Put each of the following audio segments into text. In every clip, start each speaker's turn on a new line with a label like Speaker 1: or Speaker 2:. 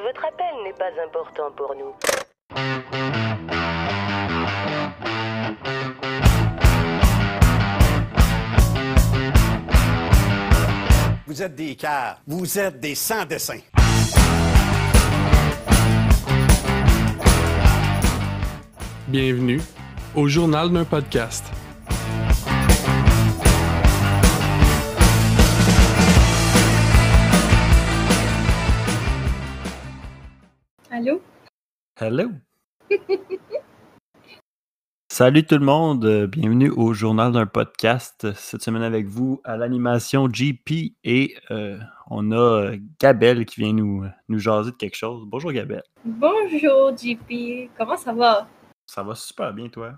Speaker 1: Votre appel n'est pas important pour nous.
Speaker 2: Vous êtes des caves. Vous êtes des sans-dessins.
Speaker 3: Bienvenue au journal d'un podcast.
Speaker 4: Allô?
Speaker 5: Hello! Salut tout le monde, euh, bienvenue au journal d'un podcast. Cette semaine avec vous à l'animation GP et euh, on a euh, Gabelle qui vient nous, nous jaser de quelque chose. Bonjour Gabelle,
Speaker 4: Bonjour, JP. Comment ça va?
Speaker 5: ça va super bien toi?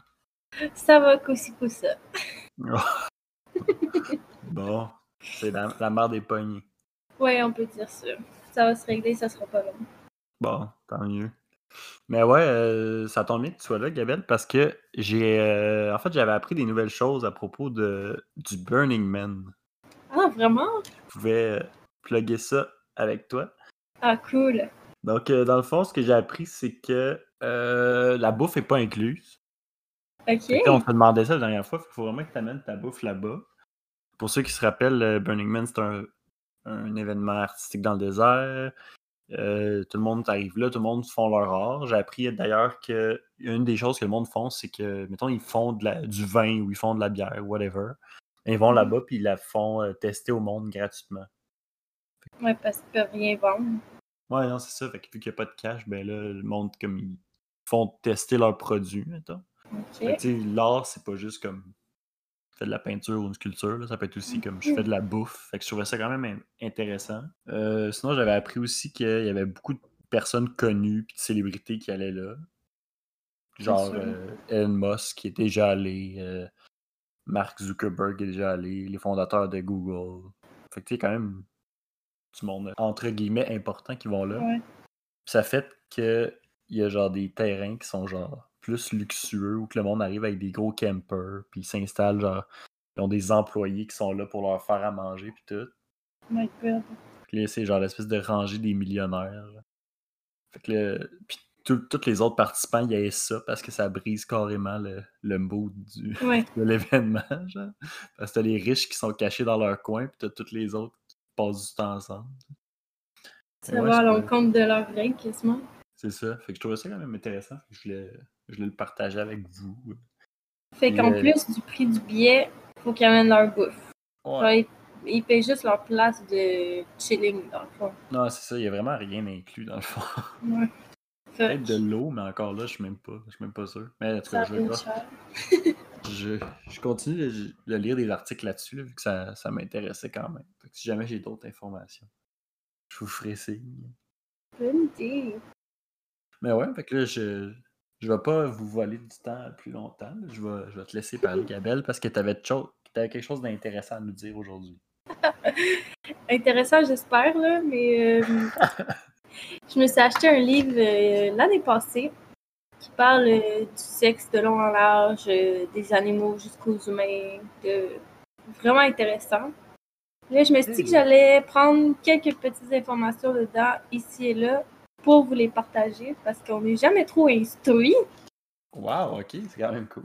Speaker 4: Ça va, coussi poussa.
Speaker 5: Bon, c'est la, la mère des poignées.
Speaker 4: Ouais, on peut dire ça. Ça va se régler, ça sera pas long.
Speaker 5: Bon, tant mieux. Mais ouais, euh, ça tombe bien que tu sois là, Gabelle, parce que j'ai. euh, en fait, j'avais appris des nouvelles choses à propos de, du Burning Man.
Speaker 4: Ah, vraiment?
Speaker 5: Je pouvais euh, plugger ça avec toi.
Speaker 4: Ah, cool.
Speaker 5: Donc, euh, dans le fond, ce que j'ai appris, c'est que euh, la bouffe n'est pas incluse.
Speaker 4: Ok.
Speaker 5: Et On te demandait ça la dernière fois. Il faut vraiment que tu amènes ta bouffe là-bas. Pour ceux qui se rappellent, euh, Burning Man, c'est un, un événement artistique dans le désert. Euh, tout le monde arrive là, tout le monde font leur art. J'ai appris d'ailleurs que une des choses que le monde font, c'est que, mettons, ils font de la- du vin ou ils font de la bière, whatever. Et ils vont là-bas puis ils la font euh, tester au monde gratuitement.
Speaker 4: Ouais, parce qu'ils peuvent rien vendre.
Speaker 5: Ouais, non, c'est ça. Fait que vu qu'il n'y a pas de cash, ben là, le monde, comme ils font tester leurs produits, mettons. Fait que,
Speaker 4: Ok.
Speaker 5: tu sais, l'art, c'est pas juste comme je fais de la peinture ou une sculpture, là. ça peut être aussi comme je fais de la bouffe. Fait que je trouvais ça quand même in- intéressant. Euh, sinon, j'avais appris aussi qu'il y avait beaucoup de personnes connues puis de célébrités qui allaient là. Genre
Speaker 4: sûr.
Speaker 5: euh, Elon Musk qui est déjà allé, euh, Mark Zuckerberg qui est déjà allé, les fondateurs de Google. Fait que tu sais, quand même du monde entre guillemets important qui vont là.
Speaker 4: Ouais.
Speaker 5: Puis ça fait que il y a genre des terrains qui sont genre plus luxueux où que le monde arrive avec des gros campers puis ils s'installent genre ils ont des employés qui sont là pour leur faire à manger puis tout.
Speaker 4: My God.
Speaker 5: Puis là c'est genre l'espèce de rangée des millionnaires. là. Fait que le- puis tout- tous les autres participants ils aiment ça parce que ça brise carrément le, le mood du,
Speaker 4: Ouais.
Speaker 5: de l'événement genre parce que t'as les riches qui sont cachés dans leur coin puis t'as tous les autres qui passent du temps ensemble.
Speaker 4: Ça
Speaker 5: Ouais,
Speaker 4: va à
Speaker 5: c'est-
Speaker 4: l'encontre de leur règle, quasiment.
Speaker 5: C'est ça. Fait que je trouvais ça quand même intéressant. Fait que je voulais, je voulais le partager avec vous.
Speaker 4: Fait qu'en
Speaker 5: Euh.
Speaker 4: plus du prix du billet, faut qu'ils amènent leur bouffe. Genre,
Speaker 5: Ouais.
Speaker 4: ils, ils payent juste leur place de chilling, dans le fond.
Speaker 5: Non, c'est ça. Il n'y a vraiment rien inclus dans le fond.
Speaker 4: Ouais. Fait
Speaker 5: Peut-être de l'eau, mais encore là, Euh, je suis même pas. Je suis même pas sûr. Mais en tout
Speaker 4: ça
Speaker 5: cas, je,
Speaker 4: coûte cher.
Speaker 5: je, je continue de, de lire des articles là-dessus, là, vu que ça, ça m'intéressait quand même. Fait que si jamais j'ai d'autres informations, je vous ferai signe.
Speaker 4: Bonne idée.
Speaker 5: Mais ouais, fait que là, je. Je vais pas vous voler du temps plus longtemps. là. Je vais, je vais te laisser parler, Gabelle, parce que tu avais, quelque chose d'intéressant à nous dire aujourd'hui.
Speaker 4: intéressant, j'espère, là, mais euh, je me suis acheté un livre euh, l'année passée qui parle euh, du sexe de long en large, euh, des animaux jusqu'aux humains. de- Vraiment intéressant. Là, je me suis dit que j'allais prendre quelques petites informations dedans, ici et là, pour vous les partager, parce qu'on n'est jamais trop instruit.
Speaker 5: Wow, ok, c'est quand même cool.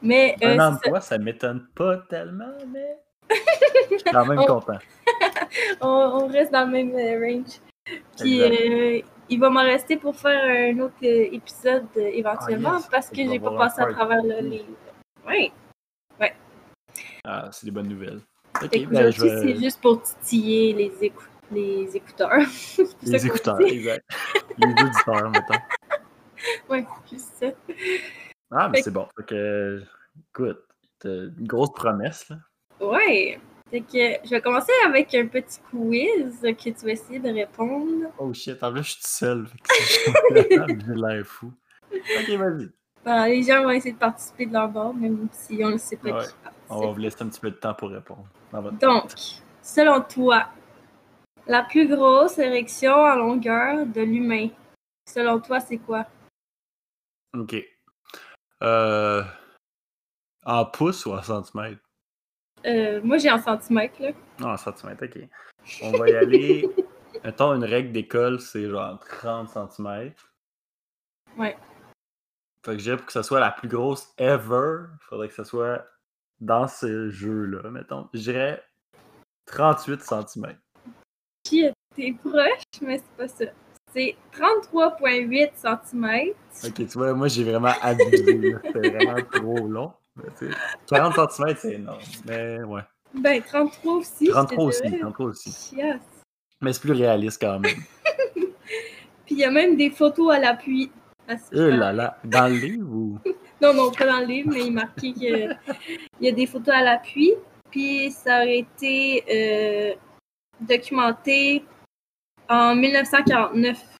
Speaker 4: Mais euh, c'est
Speaker 5: Un
Speaker 4: ça.
Speaker 5: emploi, ça m'étonne pas tellement, mais. Je suis quand même
Speaker 4: On-
Speaker 5: content.
Speaker 4: on, on reste dans le même euh, range. Puis
Speaker 5: Exact.
Speaker 4: euh, il va m'en rester pour faire un autre euh, épisode euh,
Speaker 5: Ah,
Speaker 4: éventuellement
Speaker 5: yes.
Speaker 4: parce que
Speaker 5: Il va
Speaker 4: j'ai pas
Speaker 5: avoir un
Speaker 4: passé à
Speaker 5: part
Speaker 4: travers le
Speaker 5: two.
Speaker 4: livre. Oui.
Speaker 5: Ah, c'est des bonnes nouvelles. Ok,
Speaker 4: Fait
Speaker 5: ben,
Speaker 4: qu'aujourd'hui,
Speaker 5: je vais-
Speaker 4: c'est juste pour titiller les, écou- les écouteurs. C'est pour ça
Speaker 5: Les
Speaker 4: qu'on
Speaker 5: écouteurs,
Speaker 4: dit.
Speaker 5: exact. Les auditeurs, mettons.
Speaker 4: Ouais, juste ça.
Speaker 5: Ah, mais
Speaker 4: Fait-
Speaker 5: c'est bon. Fait que, écoute, t'as une grosse promesse, là.
Speaker 4: Ouais. Fait que je vais commencer avec un petit quiz que tu vas essayer de répondre.
Speaker 5: Oh shit, en plus, je suis tout seul. Fait que c'est- J'ai l'air fou. Ok, vas-y.
Speaker 4: Ben, les gens vont essayer de participer de leur bord, même si on ne sait pas
Speaker 5: Ouais.
Speaker 4: qui participe.
Speaker 5: On va vous laisser un petit peu de temps pour répondre. Dans votre-
Speaker 4: Donc, selon toi, la plus grosse érection en longueur de l'humain, selon toi, c'est quoi?
Speaker 5: Ok. Euh... En pouces ou en centimètres?
Speaker 4: Euh, moi, j'ai en centimètres, là.
Speaker 5: Ah, Non, en centimètres, ok. On va y aller Mettons, une règle d'école, c'est genre 30 cm.
Speaker 4: Ouais.
Speaker 5: Fait que je dirais pour que ça soit la plus grosse ever, faudrait que ça soit dans ce jeu-là, mettons. Je dirais 38 cm.
Speaker 4: Qui t'es proche, mais c'est pas ça. C'est 33,8 cm.
Speaker 5: Ok, tu vois, moi j'ai vraiment abusé. là. C'était vraiment trop long. Mais tu sais, 40 cm, c'est énorme. Mais ouais.
Speaker 4: Ben, 33 aussi. je te
Speaker 5: 33 aussi,
Speaker 4: dirais.
Speaker 5: 33 aussi.
Speaker 4: Chiasse.
Speaker 5: Mais c'est plus réaliste quand même.
Speaker 4: Puis il y a même des photos à l'appui. à ce
Speaker 5: Euh là là, dans le livre ou.
Speaker 4: Non, non, pas dans le livre, mais il marquait qu'il y a des photos à l'appui. Puis ça aurait été euh, documenté en 1949,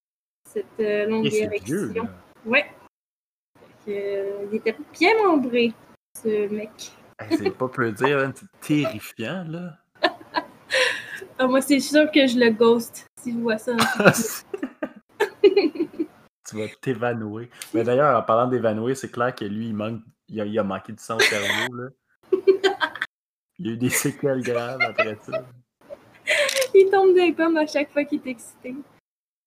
Speaker 4: cette euh, longue
Speaker 5: Et c'est
Speaker 4: érection.
Speaker 5: vieux. là.
Speaker 4: ouais. Fait que, euh, il était bien membré, ce mec.
Speaker 5: Hey, c'est pas peu dire, hein, c'est terrifiant là.
Speaker 4: Ah, moi, c'est sûr que je le ghost si je vois ça.
Speaker 5: tu vas t'évanouir. Mais d'ailleurs, en parlant d'évanouir, c'est clair que lui, il manque. Il a, il a manqué du sang au cerveau, là. Il a eu des séquelles graves après ça.
Speaker 4: il tombe des pommes à chaque fois qu'il est excité.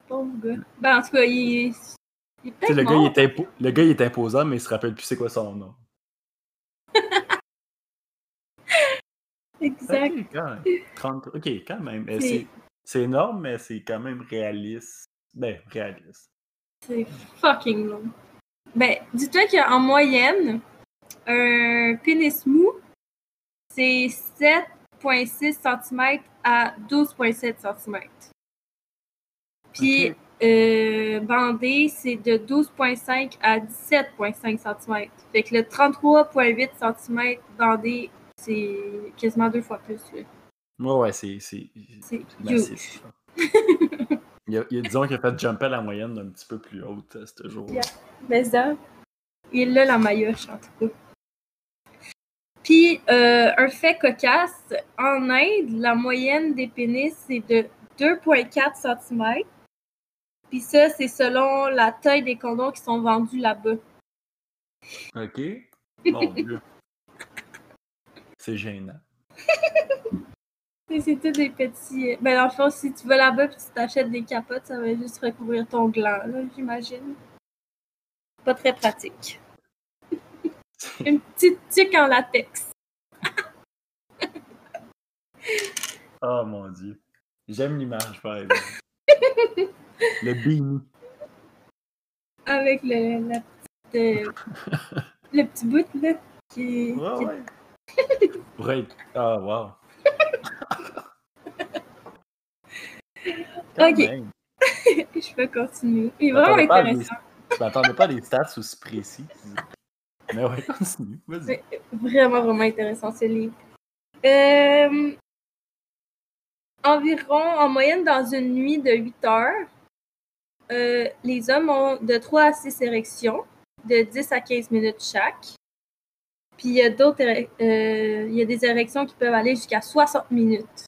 Speaker 4: Pauvre gars. Ben, en tout cas, il est. Il est
Speaker 5: Tu sais,
Speaker 4: peut-être
Speaker 5: le, gars,
Speaker 4: mort.
Speaker 5: il est impo- le gars, il est imposant, mais il se rappelle plus c'est quoi son nom.
Speaker 4: Exact.
Speaker 5: Ok, quand même. 30 ok, quand même. Mais
Speaker 4: C'est-
Speaker 5: c'est- C'est énorme, mais c'est quand même réaliste. Ben, réaliste.
Speaker 4: C'est fucking long. Ben, dis-toi qu'en moyenne, un pénis mou, c'est 7,6 cm à 12,7 cm. Puis,
Speaker 5: Ok.
Speaker 4: euh, bandé, c'est de 12,5 à 17,5 cm. Fait que le 33,8 cm bandé, c'est quasiment deux fois plus. là.
Speaker 5: Ouais, ouais, c'est. C'est
Speaker 4: C'est
Speaker 5: c'est
Speaker 4: huge.
Speaker 5: massif. il, y a, il y a- disons qu'il a fait jumper la moyenne d'un petit peu plus haute euh, ce jour.
Speaker 4: Yeah. Mais ça, il l'a la maillotche, en tout cas. Puis, euh, un fait cocasse, en Inde, la moyenne des pénis, c'est de 2,4 cm. Puis ça, c'est selon la taille des condoms qui sont vendus là-bas.
Speaker 5: OK. Mon Dieu. C'est gênant.
Speaker 4: Mais C'est tout des petits... Ben, dans le fond, si tu vas là-bas puis tu t'achètes des capotes, ça va juste recouvrir ton gland, là, j'imagine. Pas très pratique. Une petite tuque en latex.
Speaker 5: Oh mon Dieu. J'aime l'image, par exemple. Le beanie.
Speaker 4: avec le, la petite, euh, le petit bout là, qui,
Speaker 5: Ouais,
Speaker 4: qui-
Speaker 5: ouais. Pour être- Ah, wow. Quand
Speaker 4: Ok.
Speaker 5: même.
Speaker 4: je peux continuer. Il est
Speaker 5: Attends,
Speaker 4: vraiment
Speaker 5: on parle
Speaker 4: intéressant.
Speaker 5: Je m'attendais pas à des stats aussi précis. Mais ouais, continue. Vas-y.
Speaker 4: Mais- Vraiment, vraiment intéressant ce livre. Euh, environ, en moyenne, dans une nuit de 8 heures, euh, les hommes ont de 3 à 6 érections, de 10 à 15 minutes chaque. Puis il y a d'autres, ére- euh, il y a des érections qui peuvent aller jusqu'à 60 minutes.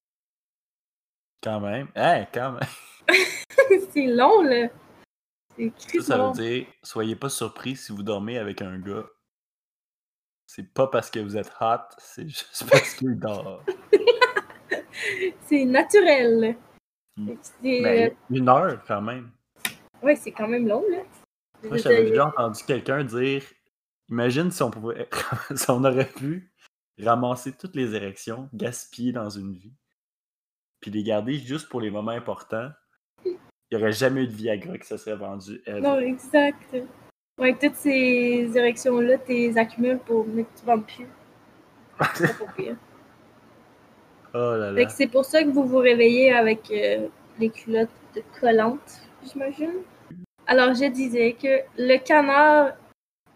Speaker 5: Quand même. Hey, quand même.
Speaker 4: C'est long, là. C'est
Speaker 5: Ça, ça
Speaker 4: crissement
Speaker 5: veut dire, soyez pas surpris si vous dormez avec un gars. C'est pas parce que vous êtes hot, c'est juste parce qu'il dort.
Speaker 4: C'est naturel.
Speaker 5: Mm.
Speaker 4: C'est,
Speaker 5: Mais une heure quand même.
Speaker 4: euh, ouais, c'est quand même long, là.
Speaker 5: Moi,
Speaker 4: Je
Speaker 5: j'avais
Speaker 4: veux
Speaker 5: déjà entendu quelqu'un dire Imagine si on pouvait si on aurait pu ramasser toutes les érections gaspillées dans une vie, puis les garder juste pour les moments importants. Il n'y aurait jamais eu de Viagra qui se serait vendu.
Speaker 4: dire-
Speaker 5: ever.
Speaker 4: Non, exact. Ouais, toutes ces érections-là, tu les accumules pour mais que tu vendes plus. C'est pas pire.
Speaker 5: Oh là
Speaker 4: Fait
Speaker 5: là.
Speaker 4: que c'est pour ça que vous vous réveillez avec euh, les culottes collantes, j'imagine. Alors, je disais que le canard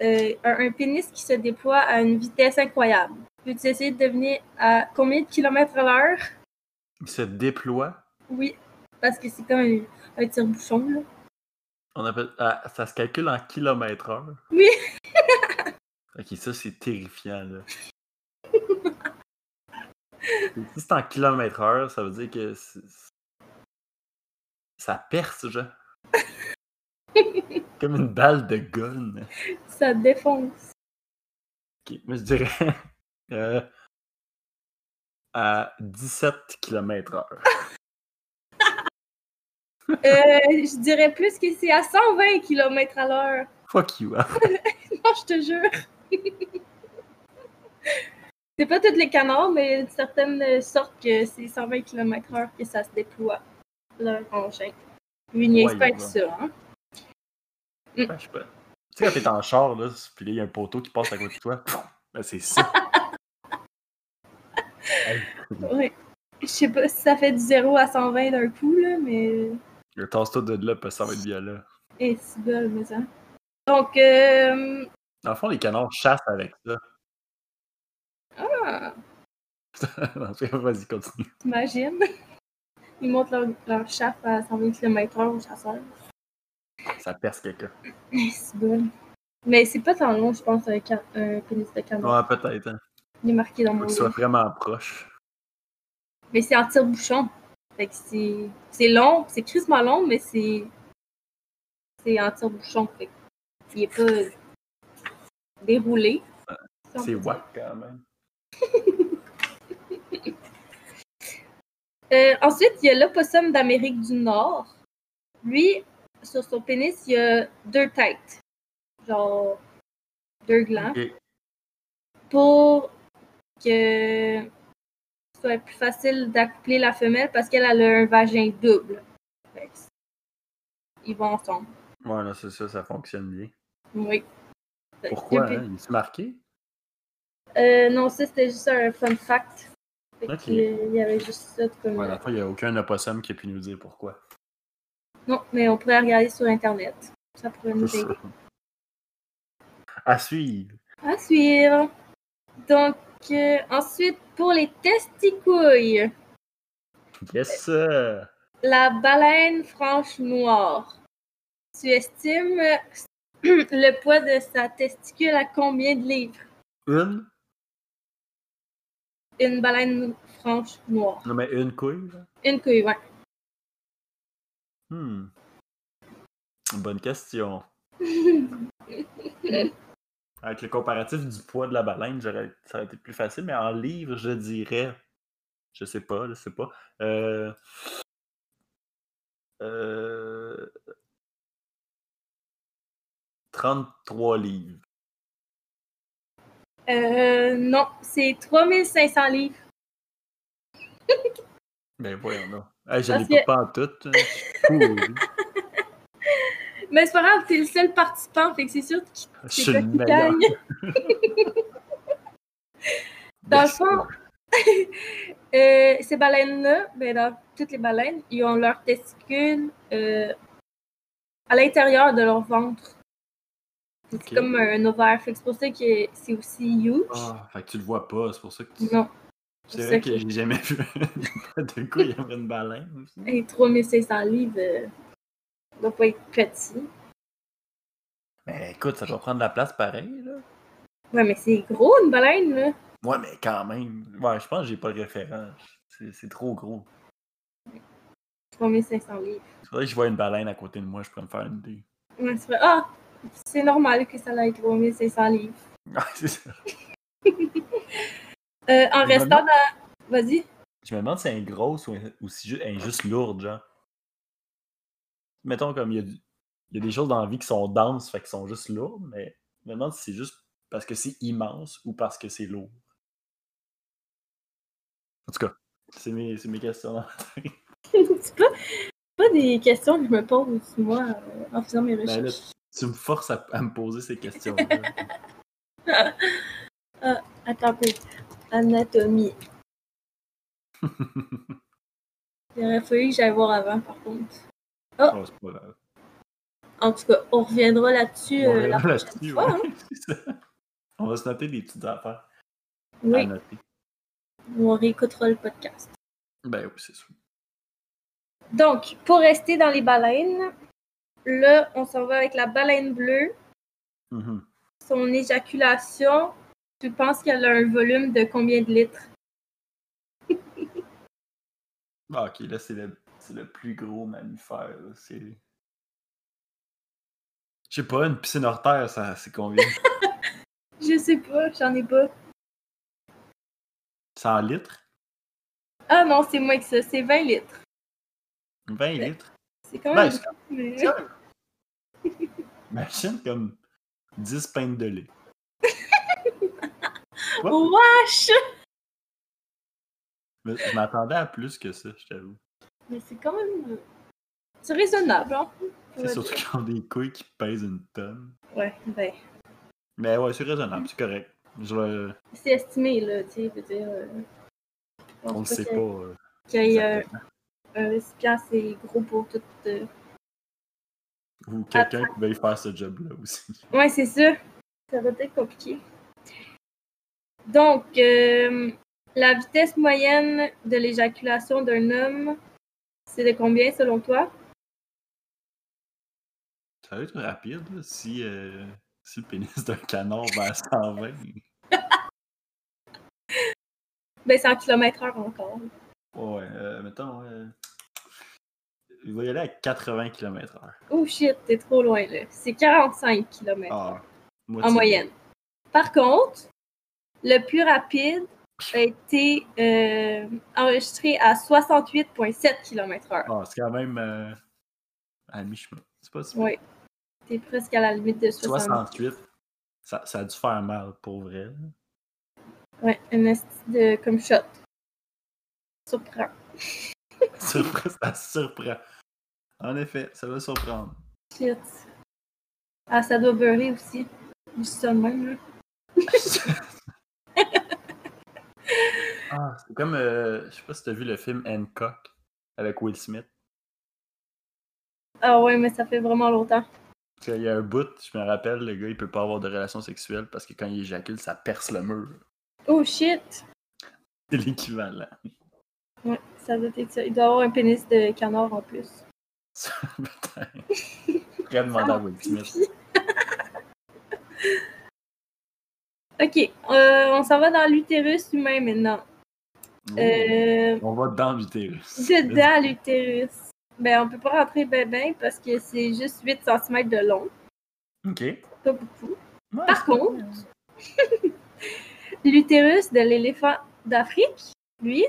Speaker 4: euh, a un pénis qui se déploie à une vitesse incroyable. Peux-tu essayer de deviner à combien de kilomètres à l'heure?
Speaker 5: Il se déploie.
Speaker 4: Oui, parce que c'est comme un, un tire-bouchon, là.
Speaker 5: On appelle, ah, ça se calcule en kilomètres-heure.
Speaker 4: Oui.
Speaker 5: ok, ça, c'est terrifiant, là. si c'est en kilomètres-heure, ça veut dire que c'est- ça perce, genre. Comme une balle de gun.
Speaker 4: Ça défonce.
Speaker 5: Ok, moi, je dirais euh, à 17 kilomètres-heure.
Speaker 4: Euh, je dirais plus que c'est à 120 km à l'heure.
Speaker 5: Fuck you. hein.
Speaker 4: Non, je te jure. c'est pas tous les canards, mais une certaine sorte que c'est 120 km heure que ça se déploie, leur engin. Ils niaisent pas avec ça, hein?
Speaker 5: Ben, je sais pas. Tu sais, quand t'es en char, là, puis là, il y a un poteau qui passe à côté de toi. Ben, c'est ça. Hey,
Speaker 4: Ouais. Je sais pas si ça fait du 0 à 120 d'un coup, là, mais...
Speaker 5: le tasse-toi de là, parce que ça va être violent.
Speaker 4: Et si belle, mais ça. Donc, euh...
Speaker 5: Dans le fond, les canards chassent avec ça.
Speaker 4: ah,
Speaker 5: En tout cas, Vas-y, continue.
Speaker 4: t'imagines? Ils montent leur, leur chape à 120 km heure aux chasseurs.
Speaker 5: Ça perce quelqu'un.
Speaker 4: Eh, c'est bon. Mais c'est pas tant long, je pense, un, can- un pénis de canard.
Speaker 5: Ouais, peut-être. Hein.
Speaker 4: Il est marqué dans
Speaker 5: Faut
Speaker 4: mon
Speaker 5: qu'il soit
Speaker 4: livre.
Speaker 5: vraiment proche.
Speaker 4: Mais c'est en tire-bouchon. Fait que c'est c'est long, c'est crissement long, mais c'est c'est en tire-bouchon. Fait que il est pas déroulé. si on
Speaker 5: C'est
Speaker 4: peut dire.
Speaker 5: wack quand même.
Speaker 4: Euh, ensuite, il y a l'opossum d'Amérique du Nord. Lui, sur son pénis, il y a deux têtes. Genre deux glands.
Speaker 5: Ok.
Speaker 4: Pour que ce soit plus facile d'accoupler la femelle parce qu'elle elle a un vagin double. Fait que Ils vont ensemble.
Speaker 5: Ouais, là, c'est ça, ça fonctionne bien.
Speaker 4: Oui. Fait que
Speaker 5: Pourquoi?
Speaker 4: deux pé-
Speaker 5: Hein? Il est marqué?
Speaker 4: Euh, non, ça c'était juste un fun fact. Fait
Speaker 5: Ok.
Speaker 4: que, euh, Il y avait juste ça de comme.
Speaker 5: Ouais, dans le fond, il n'y a aucun opossum qui a pu nous dire pourquoi.
Speaker 4: Non, mais on pourrait regarder sur internet. Ça pourrait nous
Speaker 5: C'est
Speaker 4: aider.
Speaker 5: ça. À suivre.
Speaker 4: À suivre. Donc, euh, ensuite, pour les testicouilles,
Speaker 5: Yes, sir.
Speaker 4: la baleine franche noire. Tu estimes euh, le poids de sa testicule à combien de livres?
Speaker 5: Une?
Speaker 4: Une baleine franche noire.
Speaker 5: Non, mais une couille. là.
Speaker 4: Une couille, ouais.
Speaker 5: Hmm. Bonne question. Avec le comparatif du poids de la baleine, j'aurais- ça aurait été plus facile, mais en livre, je dirais. Je sais pas, je sais pas. Euh... Euh... 33 livres.
Speaker 4: Euh, non, c'est 3500 livres.
Speaker 5: Ben voyons donc. Hey, je
Speaker 4: Parce
Speaker 5: l'ai
Speaker 4: que-
Speaker 5: pas en tout. hein. Je suis pourri.
Speaker 4: Mais c'est pas grave, t'es le seul participant, fait que c'est sûr que
Speaker 5: Je
Speaker 4: c'est
Speaker 5: suis
Speaker 4: toi
Speaker 5: le
Speaker 4: qui
Speaker 5: meilleur.
Speaker 4: gagne. Dans le
Speaker 5: Yes.
Speaker 4: fond, euh, ces baleines-là, ben, dans toutes les baleines, ils ont leurs testicules euh, à l'intérieur de leur ventre. C'est
Speaker 5: Ok.
Speaker 4: comme un ovaire. Fait que c'est pour ça que c'est aussi huge.
Speaker 5: Ah, fait que tu le vois pas, c'est pour ça que tu.
Speaker 4: Non,
Speaker 5: C'est
Speaker 4: c'est
Speaker 5: vrai
Speaker 4: ça
Speaker 5: que j'ai jamais vu de quoi il y avait une baleine aussi.
Speaker 4: et 3500 livres, euh, ça doit pas être petit.
Speaker 5: Mais écoute, ça doit prendre la place pareil, là.
Speaker 4: Ouais, mais c'est gros une baleine, là.
Speaker 5: Ouais, mais quand même. Ouais, je pense que j'ai pas le référent. C'est c'est trop gros.
Speaker 4: 3500 livres.
Speaker 5: C'est vrai que je vois une baleine à côté de moi, je pourrais me faire une idée.
Speaker 4: Ouais, c'est vrai. Ah, c'est normal que ça aille 3500 livres.
Speaker 5: Ah, c'est ça.
Speaker 4: Euh, en
Speaker 5: Une
Speaker 4: restant
Speaker 5: bonne-
Speaker 4: dans. Vas-y.
Speaker 5: Je me demande si elle est grosse ou, ou si ju- elle est juste lourde, genre. Mettons comme il y a, du- il y a des choses dans la vie qui sont denses, fait qu'elles sont juste lourdes, mais je me demande si c'est juste parce que c'est immense ou parce que c'est lourd. En tout cas, c'est mes, c'est mes questions.
Speaker 4: c'est pas, c'est pas des questions que je me pose, moi, euh, en faisant mes
Speaker 5: Ben là,
Speaker 4: recherches.
Speaker 5: tu me forces à, à me poser ces questions.
Speaker 4: Attends un peu. Anatomie. Il aurait fallu que j'aille voir avant, par contre. En tout cas, on reviendra là-dessus euh, la prochaine fois. hein.
Speaker 5: On va se noter des petites affaires à
Speaker 4: Oui,
Speaker 5: noter.
Speaker 4: on réécoutera le podcast.
Speaker 5: Ben oui, c'est sûr.
Speaker 4: Donc, pour rester dans les baleines, là, on s'en va avec la baleine bleue.
Speaker 5: Mhm.
Speaker 4: Son éjaculation, tu penses qu'elle a un volume de combien de litres?
Speaker 5: Ah, ok, là, c'est le, c'est le plus gros mammifère. là, C'est. Je sais pas, une piscine hors terre, ça, c'est combien
Speaker 4: Je sais pas, j'en ai pas.
Speaker 5: 100 litres
Speaker 4: Ah non, c'est moins que ça, c'est 20 litres.
Speaker 5: 20 litres
Speaker 4: C'est quand
Speaker 5: Ben,
Speaker 4: même.
Speaker 5: c'est-
Speaker 4: mais-
Speaker 5: Imagine comme 10 pintes de lait. Quoi?
Speaker 4: Wesh!
Speaker 5: Mais Je m'attendais à plus que ça, je t'avoue.
Speaker 4: Mais c'est quand même. euh, C'est raisonnable, hein?
Speaker 5: C'est surtout qu'ils ont des couilles qui pèsent une tonne.
Speaker 4: Ouais, ben.
Speaker 5: Mais ouais, c'est raisonnable, c'est correct. Je le...
Speaker 4: C'est estimé, là, tu sais, je veux dire. euh, je pense
Speaker 5: On le sait
Speaker 4: que-
Speaker 5: pas. euh,
Speaker 4: Qu'il y ait euh,
Speaker 5: exactement.
Speaker 4: un récipient assez gros pour tout. euh,
Speaker 5: Ou quelqu'un qui veuille faire ce job-là aussi.
Speaker 4: Ouais, c'est ça. Ça va être compliqué. Donc, euh, la vitesse moyenne de l'éjaculation d'un homme, c'est de combien selon toi?
Speaker 5: Ça va être rapide là, si, euh, si le pénis d'un canard va à 120.
Speaker 4: Ben, c'est en kilomètre-heure encore.
Speaker 5: Ouais, euh, mettons. euh, Il va y aller à 80 km/h.
Speaker 4: Oh shit, t'es trop loin là. C'est 45 km
Speaker 5: Ah,
Speaker 4: en moyenne. Par contre, le plus rapide a été euh, enregistré à 68,7 km/h.
Speaker 5: Ah, c'est quand même euh, à mi-chemin. C'est pas si-
Speaker 4: Oui. T'es presque à la limite de 60.
Speaker 5: 68. Ça, ça a dû faire mal pour vrai. là.
Speaker 4: Ouais, une esti de comme shot. Surprend.
Speaker 5: Surpre- ça surprend. En effet, ça va surprendre.
Speaker 4: Shit. Ah, ça doit beurrer aussi. Je dis ça de même, là.
Speaker 5: Ah, c'est comme. euh, je sais pas si t'as vu le film Hancock avec Will Smith.
Speaker 4: Ah ouais, mais ça fait vraiment longtemps.
Speaker 5: Parce qu'il y a un bout, je me rappelle, le gars, il peut pas avoir de relations sexuelles parce que quand il éjacule, ça perce le mur.
Speaker 4: Oh shit!
Speaker 5: C'est l'équivalent.
Speaker 4: Ouais, ça doit être ça. Il doit avoir un pénis de canard en plus.
Speaker 5: Ça, Putain. Après, demander à Will Smith.
Speaker 4: Ok, euh, on s'en va dans l'utérus humain maintenant. Euh,
Speaker 5: Oh, On va dans l'utérus.
Speaker 4: dedans l'utérus. Ben, on peut pas rentrer ben ben parce que c'est juste 8 cm de long.
Speaker 5: Ok. Ouais,
Speaker 4: Pas beaucoup.
Speaker 5: c'est
Speaker 4: Par contre, l'utérus de l'éléphant d'Afrique, lui,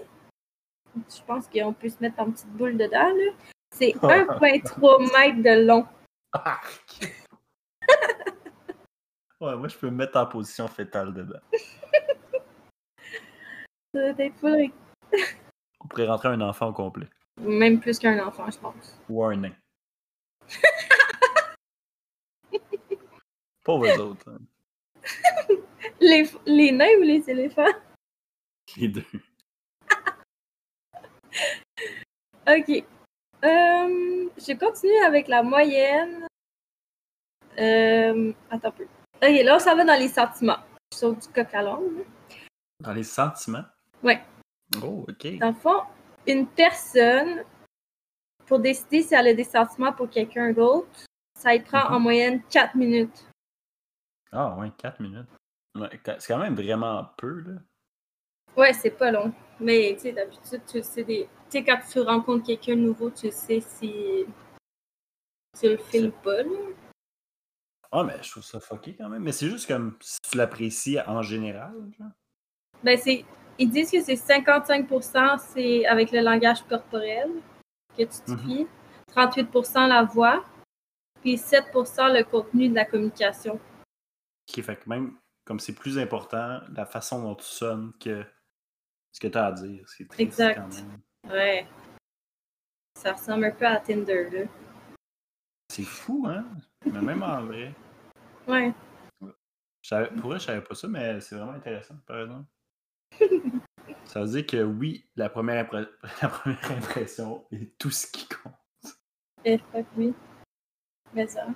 Speaker 4: je pense qu'on peut se mettre en petite boule dedans, là. C'est 1,3 mètres de long.
Speaker 5: Arc. Ah, ouais, moi je peux me mettre en position fétale dedans.
Speaker 4: Ça doit être full-
Speaker 5: On pourrait rentrer un enfant au complet.
Speaker 4: Même plus qu'un enfant, je pense.
Speaker 5: Ou un nain. Pauvres eux autres. hein.
Speaker 4: Les, les nains ou les éléphants?
Speaker 5: Les deux.
Speaker 4: OK. Euh, je continue avec la moyenne. Euh, attends un peu. OK, là, on s'en va dans les sentiments. Je saute du coq à l'âne.
Speaker 5: Dans les sentiments.
Speaker 4: Ouais.
Speaker 5: Oh, ok.
Speaker 4: Dans le fond, une personne, pour décider si elle a des sentiments pour quelqu'un d'autre, ça y prend en moyenne 4 minutes.
Speaker 5: Ah, ouais, 4 minutes. Ouais, ca- c'est quand même vraiment peu, là.
Speaker 4: Ouais, c'est pas long. Mais, tu sais, d'habitude, tu le sais, des... tu sais, quand tu rencontres quelqu'un de nouveau, tu le sais si tu le fais ou pas, là.
Speaker 5: Ah, mais je trouve ça fucké quand même. Mais c'est juste comme si tu l'apprécies en général. genre.
Speaker 4: Ben, c'est. Ils disent que c'est 55 c'est avec le langage corporel que tu te
Speaker 5: Mhm.
Speaker 4: fies, 38 la voix, puis 7 le contenu de la communication.
Speaker 5: Qui fait que même comme c'est plus important la façon dont tu sonnes que ce que tu as à dire. C'est triste
Speaker 4: Exact.
Speaker 5: quand même.
Speaker 4: Ouais. Ça ressemble un peu à Tinder, là.
Speaker 5: C'est fou, hein? Mais même en vrai.
Speaker 4: Ouais.
Speaker 5: Je savais- pour vrai, je savais pas ça, mais c'est vraiment intéressant, par exemple. Ça veut dire que oui, la première, impre- la première impression est tout ce qui compte.
Speaker 4: Eh, fuck, oui. Mais ça.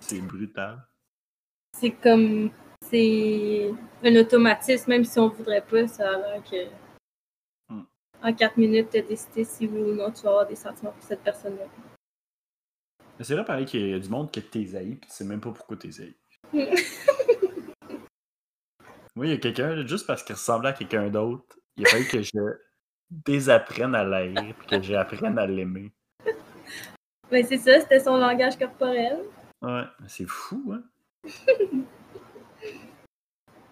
Speaker 5: C'est brutal.
Speaker 4: C'est comme. C'est un automatisme, même si on voudrait pas, ça a l'air que.
Speaker 5: Mm.
Speaker 4: En 4 minutes, t'as décidé si oui ou non tu vas avoir des sentiments pour cette personne-là.
Speaker 5: Mais c'est vrai, pareil, qu'il y a du monde que t'es haï, puis tu sais même pas pourquoi t'es haï. Moi, il y a quelqu'un, là, juste parce qu'il ressemblait à quelqu'un d'autre, il a fallu que je désapprenne à l'haïr, puis que j'apprenne à l'aimer.
Speaker 4: Mais Ben, c'est ça, c'était son langage corporel.
Speaker 5: Ouais, mais c'est fou, hein?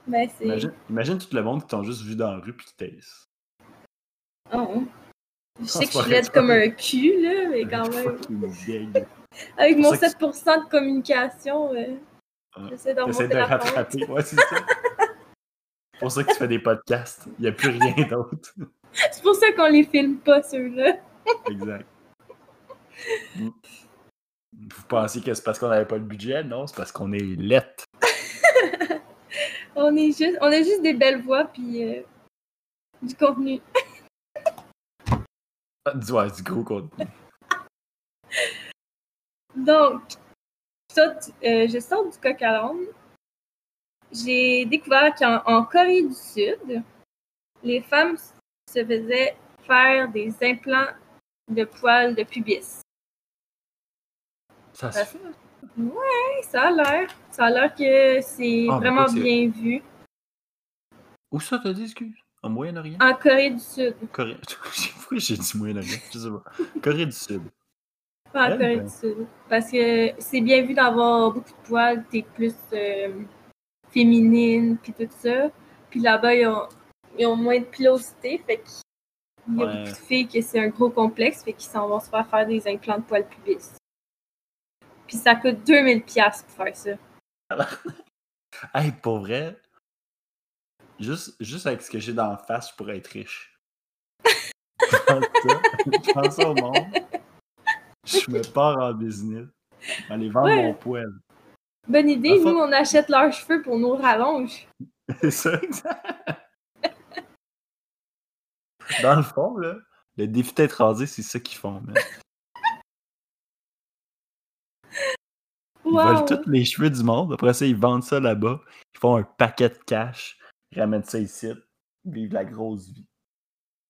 Speaker 4: Ben, c'est.
Speaker 5: Imagine, imagine tout le monde qui t'ont juste vu dans la rue, puis qui t'haïssent.
Speaker 4: Oh, Je sais que je suis
Speaker 5: Transparent,
Speaker 4: laide comme un cul, là, mais quand même. Avec
Speaker 5: C'est
Speaker 4: mon
Speaker 5: ça que
Speaker 4: 7 de communication, euh,
Speaker 5: Ouais.
Speaker 4: j'essaie d'en
Speaker 5: T'essaies
Speaker 4: remonter
Speaker 5: de
Speaker 4: la pente.
Speaker 5: rattraper. Ouais, c'est ça. C'est pour ça que tu fais des podcasts. Il n'y a plus rien d'autre.
Speaker 4: C'est pour ça qu'on les filme pas, ceux-là.
Speaker 5: Exact. Mm. Vous pensez que c'est parce qu'on n'avait pas le budget? Non, c'est parce qu'on est lettre.
Speaker 4: On, est juste, on a juste des belles voix, puis euh, du contenu.
Speaker 5: Ah, du, ouais, du gros contenu.
Speaker 4: Donc, ça, tu- euh, je sors du coq à l'âne. J'ai découvert qu'en en Corée du Sud, les femmes s- se faisaient faire des implants de poils de pubis.
Speaker 5: Ça se
Speaker 4: Ça
Speaker 5: fait.
Speaker 4: Ouais, ça a l'air. Ça a l'air que c'est
Speaker 5: Ah, mais
Speaker 4: vraiment
Speaker 5: c'est-
Speaker 4: bien vu.
Speaker 5: Où ça t'as dit, excuse? En Moyen-Orient?
Speaker 4: En Corée du Sud.
Speaker 5: Corée. Pourquoi j'ai dit Moyen-Orient? Je sais pas. Corée du Sud.
Speaker 4: Pas en
Speaker 5: Ouais,
Speaker 4: Corée
Speaker 5: ben.
Speaker 4: du Sud. Parce que c'est bien vu d'avoir beaucoup de poils, t'es plus euh, féminine, puis tout ça. Puis là-bas, ils ont, ils ont moins de pilosité, fait qu'il y a
Speaker 5: Ouais.
Speaker 4: beaucoup de filles que c'est un gros complexe, fait qu'ils s'en vont se faire faire des implants de poils pubis. Puis ça coûte 2000$ pour faire ça.
Speaker 5: Hey, pour vrai, juste, juste avec ce que j'ai dans la face, je pourrais être riche. Prends ça, je prends ça au monde. Je me pars en business. Allez vendre
Speaker 4: Ouais.
Speaker 5: mon poêle.
Speaker 4: Bonne idée,
Speaker 5: Enfin-
Speaker 4: nous, on achète leurs cheveux pour nos rallonges.
Speaker 5: C'est ça, Dans le fond, là, le défi d'être rasé, c'est ça qu'ils font. man. Ils
Speaker 4: Wow!
Speaker 5: volent tous les cheveux du monde. Après ça, ils vendent ça là-bas. Ils font un paquet de cash. Ils ramènent ça ici. Vivent la grosse vie.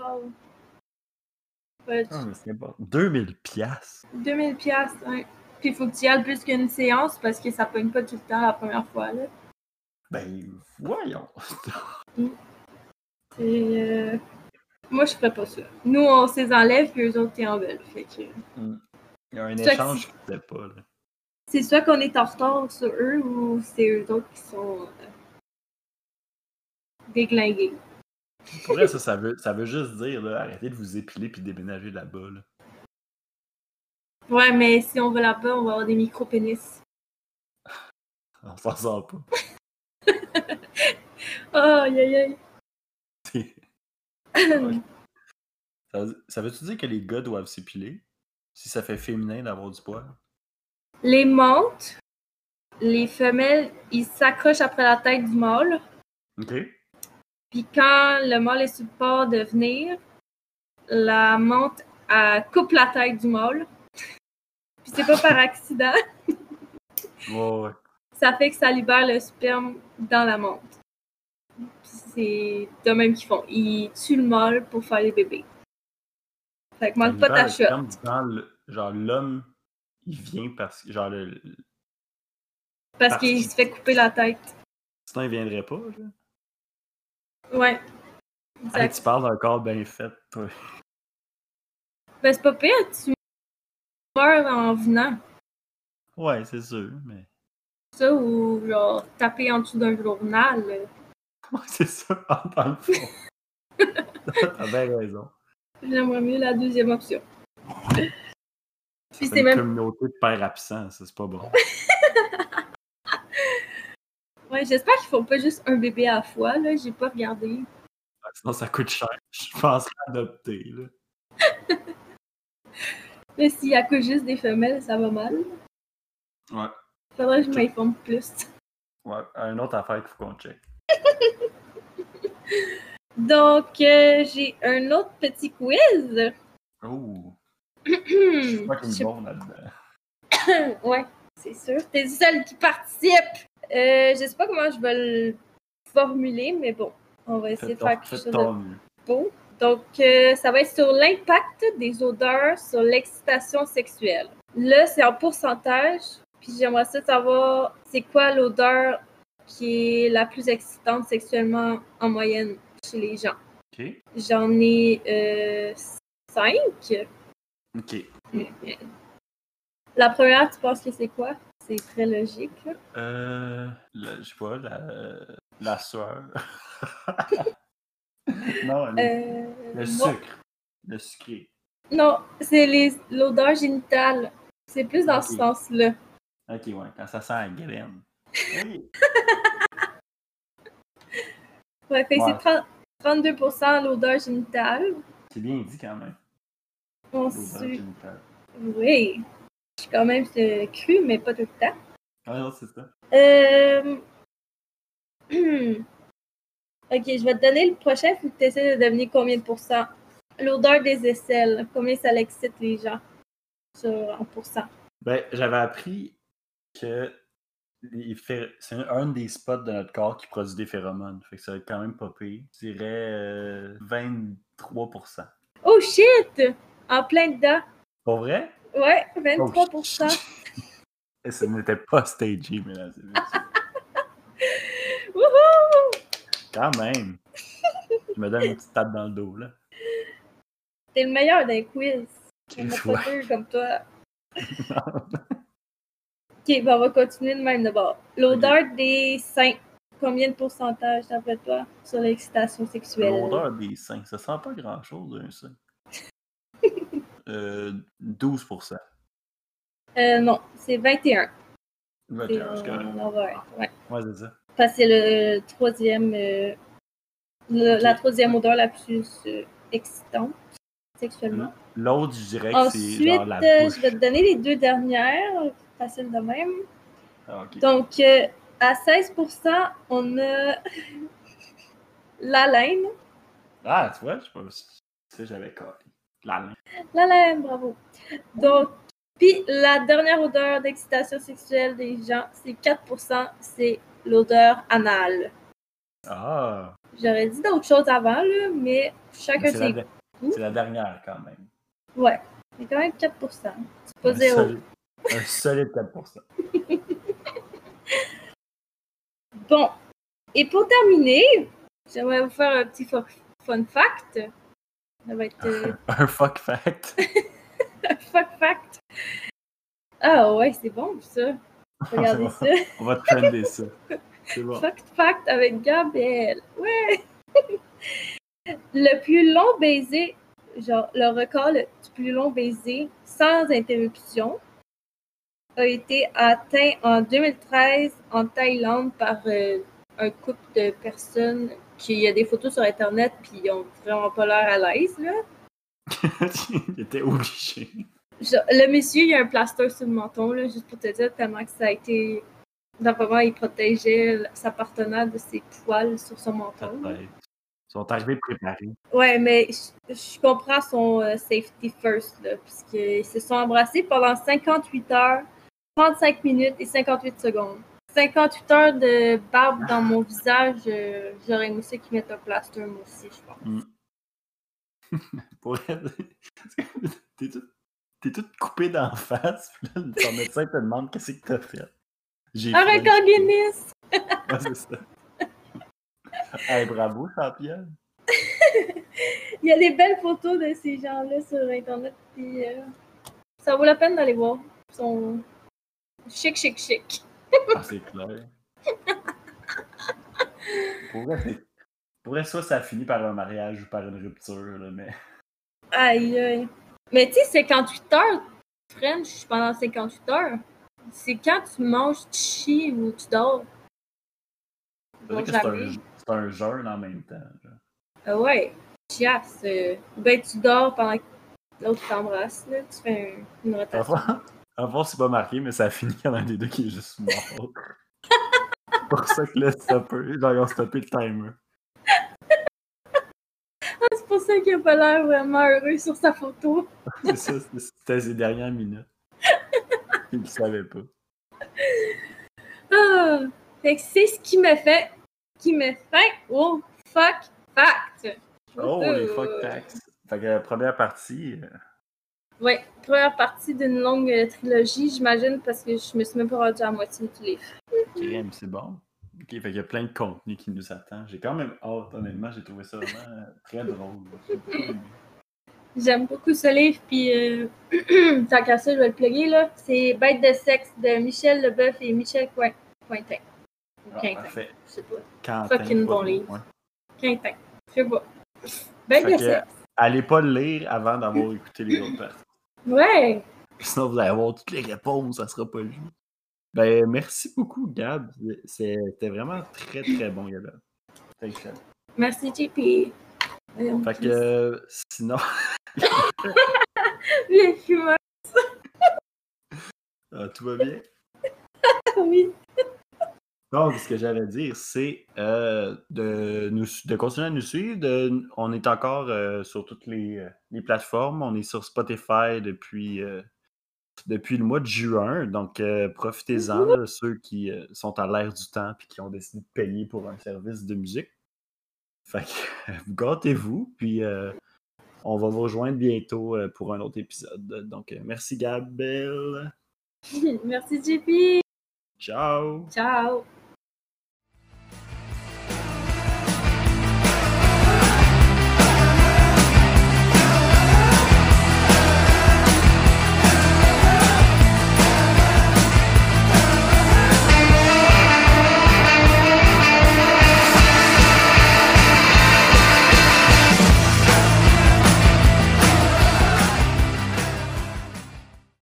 Speaker 4: wow. Ouais, tu-
Speaker 5: Ah, mais c'est n'importe- 2000 piastres.
Speaker 4: 2000 pièces, ouais. Puis il faut que tu y ailles plus qu'une séance parce que ça pogne pas tout le temps la première fois. Là.
Speaker 5: Ben, voyons.
Speaker 4: C'est, euh, Moi, je ferais pas ça. Nous, on s'les enlève, puis eux autres, ils en veulent. Fait que...
Speaker 5: Il y a un
Speaker 4: Ça,
Speaker 5: échange, je sais pas. Là.
Speaker 4: C'est soit qu'on est en retard sur eux ou c'est eux autres qui sont euh, déglingués.
Speaker 5: Pour vrai, ça, ça veut, ça veut juste dire, là, arrêtez de vous épiler puis déménager là-bas. Là.
Speaker 4: Ouais, mais si on va là-bas, on va avoir des micro-pénis.
Speaker 5: On s'en sort pas.
Speaker 4: Aïe, aïe, aïe.
Speaker 5: C'est- Ça, ça veut-tu dire que les gars doivent s'épiler? Si ça fait féminin d'avoir du poil?
Speaker 4: Les montes, les femelles, ils s'accrochent après la tête du mâle.
Speaker 5: OK.
Speaker 4: Puis quand le mâle est sur le bord de venir, la monte elle coupe la tête du mâle. Puis c'est pas par accident.
Speaker 5: Ouais, ouais.
Speaker 4: Ça fait que ça libère le sperme dans la monte. Puis c'est de même qu'ils font. Ils tuent le mâle pour faire les bébés. Fait que manque pas ta
Speaker 5: C'est
Speaker 4: shot.
Speaker 5: comme dans le- Genre, l'homme, il vient parce que. Genre, le, le-
Speaker 4: Parce qu'il se fait couper la tête.
Speaker 5: sinon, il viendrait pas. Là.
Speaker 4: Ouais.
Speaker 5: Hey,
Speaker 4: Exact.
Speaker 5: tu parles d'un corps bien fait, toi.
Speaker 4: Ben c'est pas pire, tu meurs en venant.
Speaker 5: Ouais, c'est sûr, mais.
Speaker 4: Ça ou genre taper en dessous d'un journal. euh,
Speaker 5: Ouais, c'est ça, dans le fond. T'as bien raison.
Speaker 4: J'aimerais mieux la deuxième option. Puis
Speaker 5: C'est
Speaker 4: c'est
Speaker 5: une
Speaker 4: même-
Speaker 5: communauté de pères absents, ça, c'est pas bon.
Speaker 4: Ouais, j'espère qu'ils font pas juste un bébé à la fois, là. J'ai pas regardé.
Speaker 5: Sinon, ça coûte cher. Je pense adopter, là.
Speaker 4: Mais s'il y a que juste des femelles, ça va mal.
Speaker 5: Ouais.
Speaker 4: Faudrait que je m'informe plus.
Speaker 5: Ouais, une autre affaire qu'il faut qu'on check.
Speaker 4: Donc, euh, j'ai un autre petit quiz.
Speaker 5: Oh, je suis pas comme
Speaker 4: Je-
Speaker 5: bon là-dedans.
Speaker 4: ouais, c'est sûr. T'es le seul qui participe. Euh, je sais pas comment je vais le formuler, mais bon, on va essayer
Speaker 5: Fais
Speaker 4: de faire
Speaker 5: ton,
Speaker 4: quelque
Speaker 5: fais
Speaker 4: chose de
Speaker 5: ton mieux.
Speaker 4: beau. Donc, euh, ça va être sur l'impact des odeurs sur l'excitation sexuelle. Là, c'est en pourcentage. Puis j'aimerais ça savoir c'est quoi l'odeur qui est la plus excitante sexuellement en moyenne chez les gens.
Speaker 5: OK?
Speaker 4: J'en ai euh, cinq.
Speaker 5: OK.
Speaker 4: La première, tu penses que c'est quoi? C'est très logique. là.
Speaker 5: Euh, la- je sais pas, la, la sueur. non, le,
Speaker 4: Euh,
Speaker 5: le
Speaker 4: moi-
Speaker 5: sucre. Le sucré.
Speaker 4: Euh, Non, c'est les- l'odeur génitale. C'est plus dans ce
Speaker 5: Ok.
Speaker 4: sens-là.
Speaker 5: Ok, ouais, quand ça sent la graine. Oui.
Speaker 4: Ouais, fait que
Speaker 5: Ouais.
Speaker 4: c'est 30 32% l'odeur génitale.
Speaker 5: C'est bien dit quand même. l'odeur
Speaker 4: Ensuite,
Speaker 5: génitale.
Speaker 4: oui. Je suis quand même euh, crue, mais pas tout le temps.
Speaker 5: Ah non, c'est ça.
Speaker 4: Euh... ok, je vais te donner le prochain, puis tu essaies de deviner combien de pourcents. L'odeur des aisselles, combien ça l'excite les gens sur, en pourcent.
Speaker 5: Ben, j'avais appris que les phé- c'est un, un des spots de notre corps qui produit des phéromones. Fait que ça va être quand même pas pire. Je dirais euh, 23%.
Speaker 4: Oh shit! En plein dedans.
Speaker 5: Pas vrai?
Speaker 4: Ouais,
Speaker 5: Oh,
Speaker 4: 23%.
Speaker 5: Et ce n'était Eh, pas stagé, mesdames et messieurs.
Speaker 4: Wouhou!
Speaker 5: Quand même. Je me donne une petite tape dans le dos, là.
Speaker 4: T'es le meilleur d'un quiz. Il n'y en a pas
Speaker 5: Ouais.
Speaker 4: deux comme toi. Ok, ben on va continuer de même d'abord. L'odeur des seins. Combien de pourcentage, d'après toi, sur l'excitation sexuelle?
Speaker 5: L'odeur des seins, ça sent pas grand-chose, un sein. Euh, 12%.
Speaker 4: Euh, non, c'est 21.
Speaker 5: Ok,
Speaker 4: C'est
Speaker 5: c'est correct.
Speaker 4: en envers, ouais.
Speaker 5: Ouais, c'est ça.
Speaker 4: Parce que c'est le troisième, euh, le-
Speaker 5: Ok.
Speaker 4: la troisième odeur la plus euh, excitante sexuellement.
Speaker 5: L'autre, je dirais que
Speaker 4: Ensuite,
Speaker 5: c'est genre la
Speaker 4: euh,
Speaker 5: bouche.
Speaker 4: je vais te donner les deux dernières, facile de même.
Speaker 5: Ah, ok.
Speaker 4: Donc, euh, à 16%, on a la laine.
Speaker 5: Ah, tu vois, je sais pas si- tu sais, j'avais collé. La laine.
Speaker 4: La laine, bravo. Donc, puis la dernière odeur d'excitation sexuelle des gens, c'est 4%, c'est l'odeur anale.
Speaker 5: Ah,
Speaker 4: J'aurais dit d'autres choses avant, là, mais
Speaker 5: mais
Speaker 4: chacun
Speaker 5: c'est la,
Speaker 4: ses
Speaker 5: de-
Speaker 4: goûts.
Speaker 5: c'est la dernière quand même.
Speaker 4: Ouais, c'est quand même 4%. C'est pas
Speaker 5: Un
Speaker 4: zéro.
Speaker 5: solide- Un solide 4%.
Speaker 4: Bon, et pour terminer, j'aimerais vous faire un petit fo- fun fact. Ça va être euh,
Speaker 5: Un fuck fact.
Speaker 4: un fun fact. Ah ouais, c'est bon ça. Regardez ça.
Speaker 5: On va trender ça. C'est bon.
Speaker 4: Fact fact avec Gabriel. Ouais. le plus long baiser, genre le record le- du plus long baiser sans interruption a été atteint en 2013 en Thaïlande par euh, un couple de personnes qui a des photos sur internet puis ils ont vraiment pas l'air à l'aise là.
Speaker 5: Il était obligé.
Speaker 4: Genre, le monsieur, il a un plaster sur le menton, là, juste pour te dire, tellement que ça a été. Normalement, il protégeait l- sa partenaire de ses poils sur son menton.
Speaker 5: Peut-être. Ils sont arrivés préparés.
Speaker 4: Ouais, mais je- je comprends son euh, safety first, là, puisqu'ils se sont embrassés pendant 58 heures, 35 minutes et 58 secondes. 58 heures de barbe dans mon visage, euh, j'aurais aimé ça qu'ils mettent un plaster, moi aussi, je pense.
Speaker 5: Pour elle, c'est comme- t'es tout, t'es tout coupé d'en face. Puis là, ton médecin te demande qu'est-ce que t'as fait. J'ai
Speaker 4: Un
Speaker 5: fait-
Speaker 4: record Guinness!
Speaker 5: Ouais, c'est ça. Hey, bravo, champion.
Speaker 4: Il y a des belles photos de ces gens-là sur Internet. Puis, euh, ça vaut la peine d'aller voir. Ils sont chic, chic, chic.
Speaker 5: Ah, c'est clair. Pour vrai, c'est- pour vrai, soit ça finit par un mariage ou par une rupture, là, mais
Speaker 4: Aïe, aïe. Mais tu sais, 58 heures, French, pendant 58 heures, c'est quand tu manges, tu chies ou tu dors.
Speaker 5: c'est vrai
Speaker 4: Donc,
Speaker 5: que c'est un,
Speaker 4: jamais.
Speaker 5: c'est un jeûne en même temps. genre.
Speaker 4: Ah ouais, chiasse. euh, ben, tu dors pendant que l'autre t'embrasse. là. Tu fais un- une
Speaker 5: En
Speaker 4: rotation.
Speaker 5: fond- En fond, c'est pas marqué, mais ça finit quand un des deux qui est juste mort. C'est pour ça que là, stoppé, genre, ils ont stoppé le timer.
Speaker 4: Ah, c'est pour ça qu'il a pas l'air vraiment heureux sur sa photo.
Speaker 5: C'est ça, c'était- c'était ses dernières minutes. Ils ne savaient pas.
Speaker 4: Ah! Fait que c'est ce qui me fait, qui me fait au fuck fact. Euh,
Speaker 5: Oh, les fuck tax. Fait que la première partie, euh,
Speaker 4: Ouais, première partie d'une longue euh, trilogie, j'imagine, parce que je me suis même pas rendue à la moitié du livre.
Speaker 5: crème, c'est bon. Ok, fait qu'il y a plein de contenu qui nous attend. J'ai quand même hâte, honnêtement, j'ai trouvé ça vraiment euh, très drôle. J'ai beaucoup aimé.
Speaker 4: J'aime beaucoup ce livre, puis euh, tant qu'à ça, je vais le plugger, là. C'est Bête de sexe de Michel Leboeuf et Michel Coin- Cointin. Ou
Speaker 5: Ah,
Speaker 4: Quintin,
Speaker 5: parfait.
Speaker 4: je sais pas.
Speaker 5: Quentin,
Speaker 4: Fucking
Speaker 5: pas
Speaker 4: bon
Speaker 5: de
Speaker 4: livre.
Speaker 5: point.
Speaker 4: Quintin, je sais pas. Bête
Speaker 5: Fait
Speaker 4: de
Speaker 5: que- euh,
Speaker 4: sexe.
Speaker 5: Allez pas le lire avant d'avoir écouté les autres parties.
Speaker 4: Ouais.
Speaker 5: Sinon, vous allez avoir toutes les réponses, ça sera pas lui. Ben, merci beaucoup, Gab. C'est- C'était vraiment très, très bon, Gab. C'était excellent.
Speaker 4: Merci, JP. Voyons,
Speaker 5: Fait que,
Speaker 4: Chris.
Speaker 5: euh, sinon,
Speaker 4: Les fumeurs,
Speaker 5: euh, tout va bien?
Speaker 4: oui.
Speaker 5: Donc, ce que j'allais dire, c'est euh, de, nous, de continuer à nous suivre. de- on est encore euh, sur toutes les, euh, les plateformes. On est sur Spotify depuis, euh, depuis le mois de juin. Donc, euh, profitez-en, là, ceux qui euh, sont à l'ère du temps et qui ont décidé de payer pour un service de musique. Fait que, vous gâtez-vous. Puis, euh, on va vous rejoindre bientôt euh, pour un autre épisode. Donc, euh, merci, Gabelle.
Speaker 4: Merci, JP.
Speaker 5: Ciao!
Speaker 4: Ciao.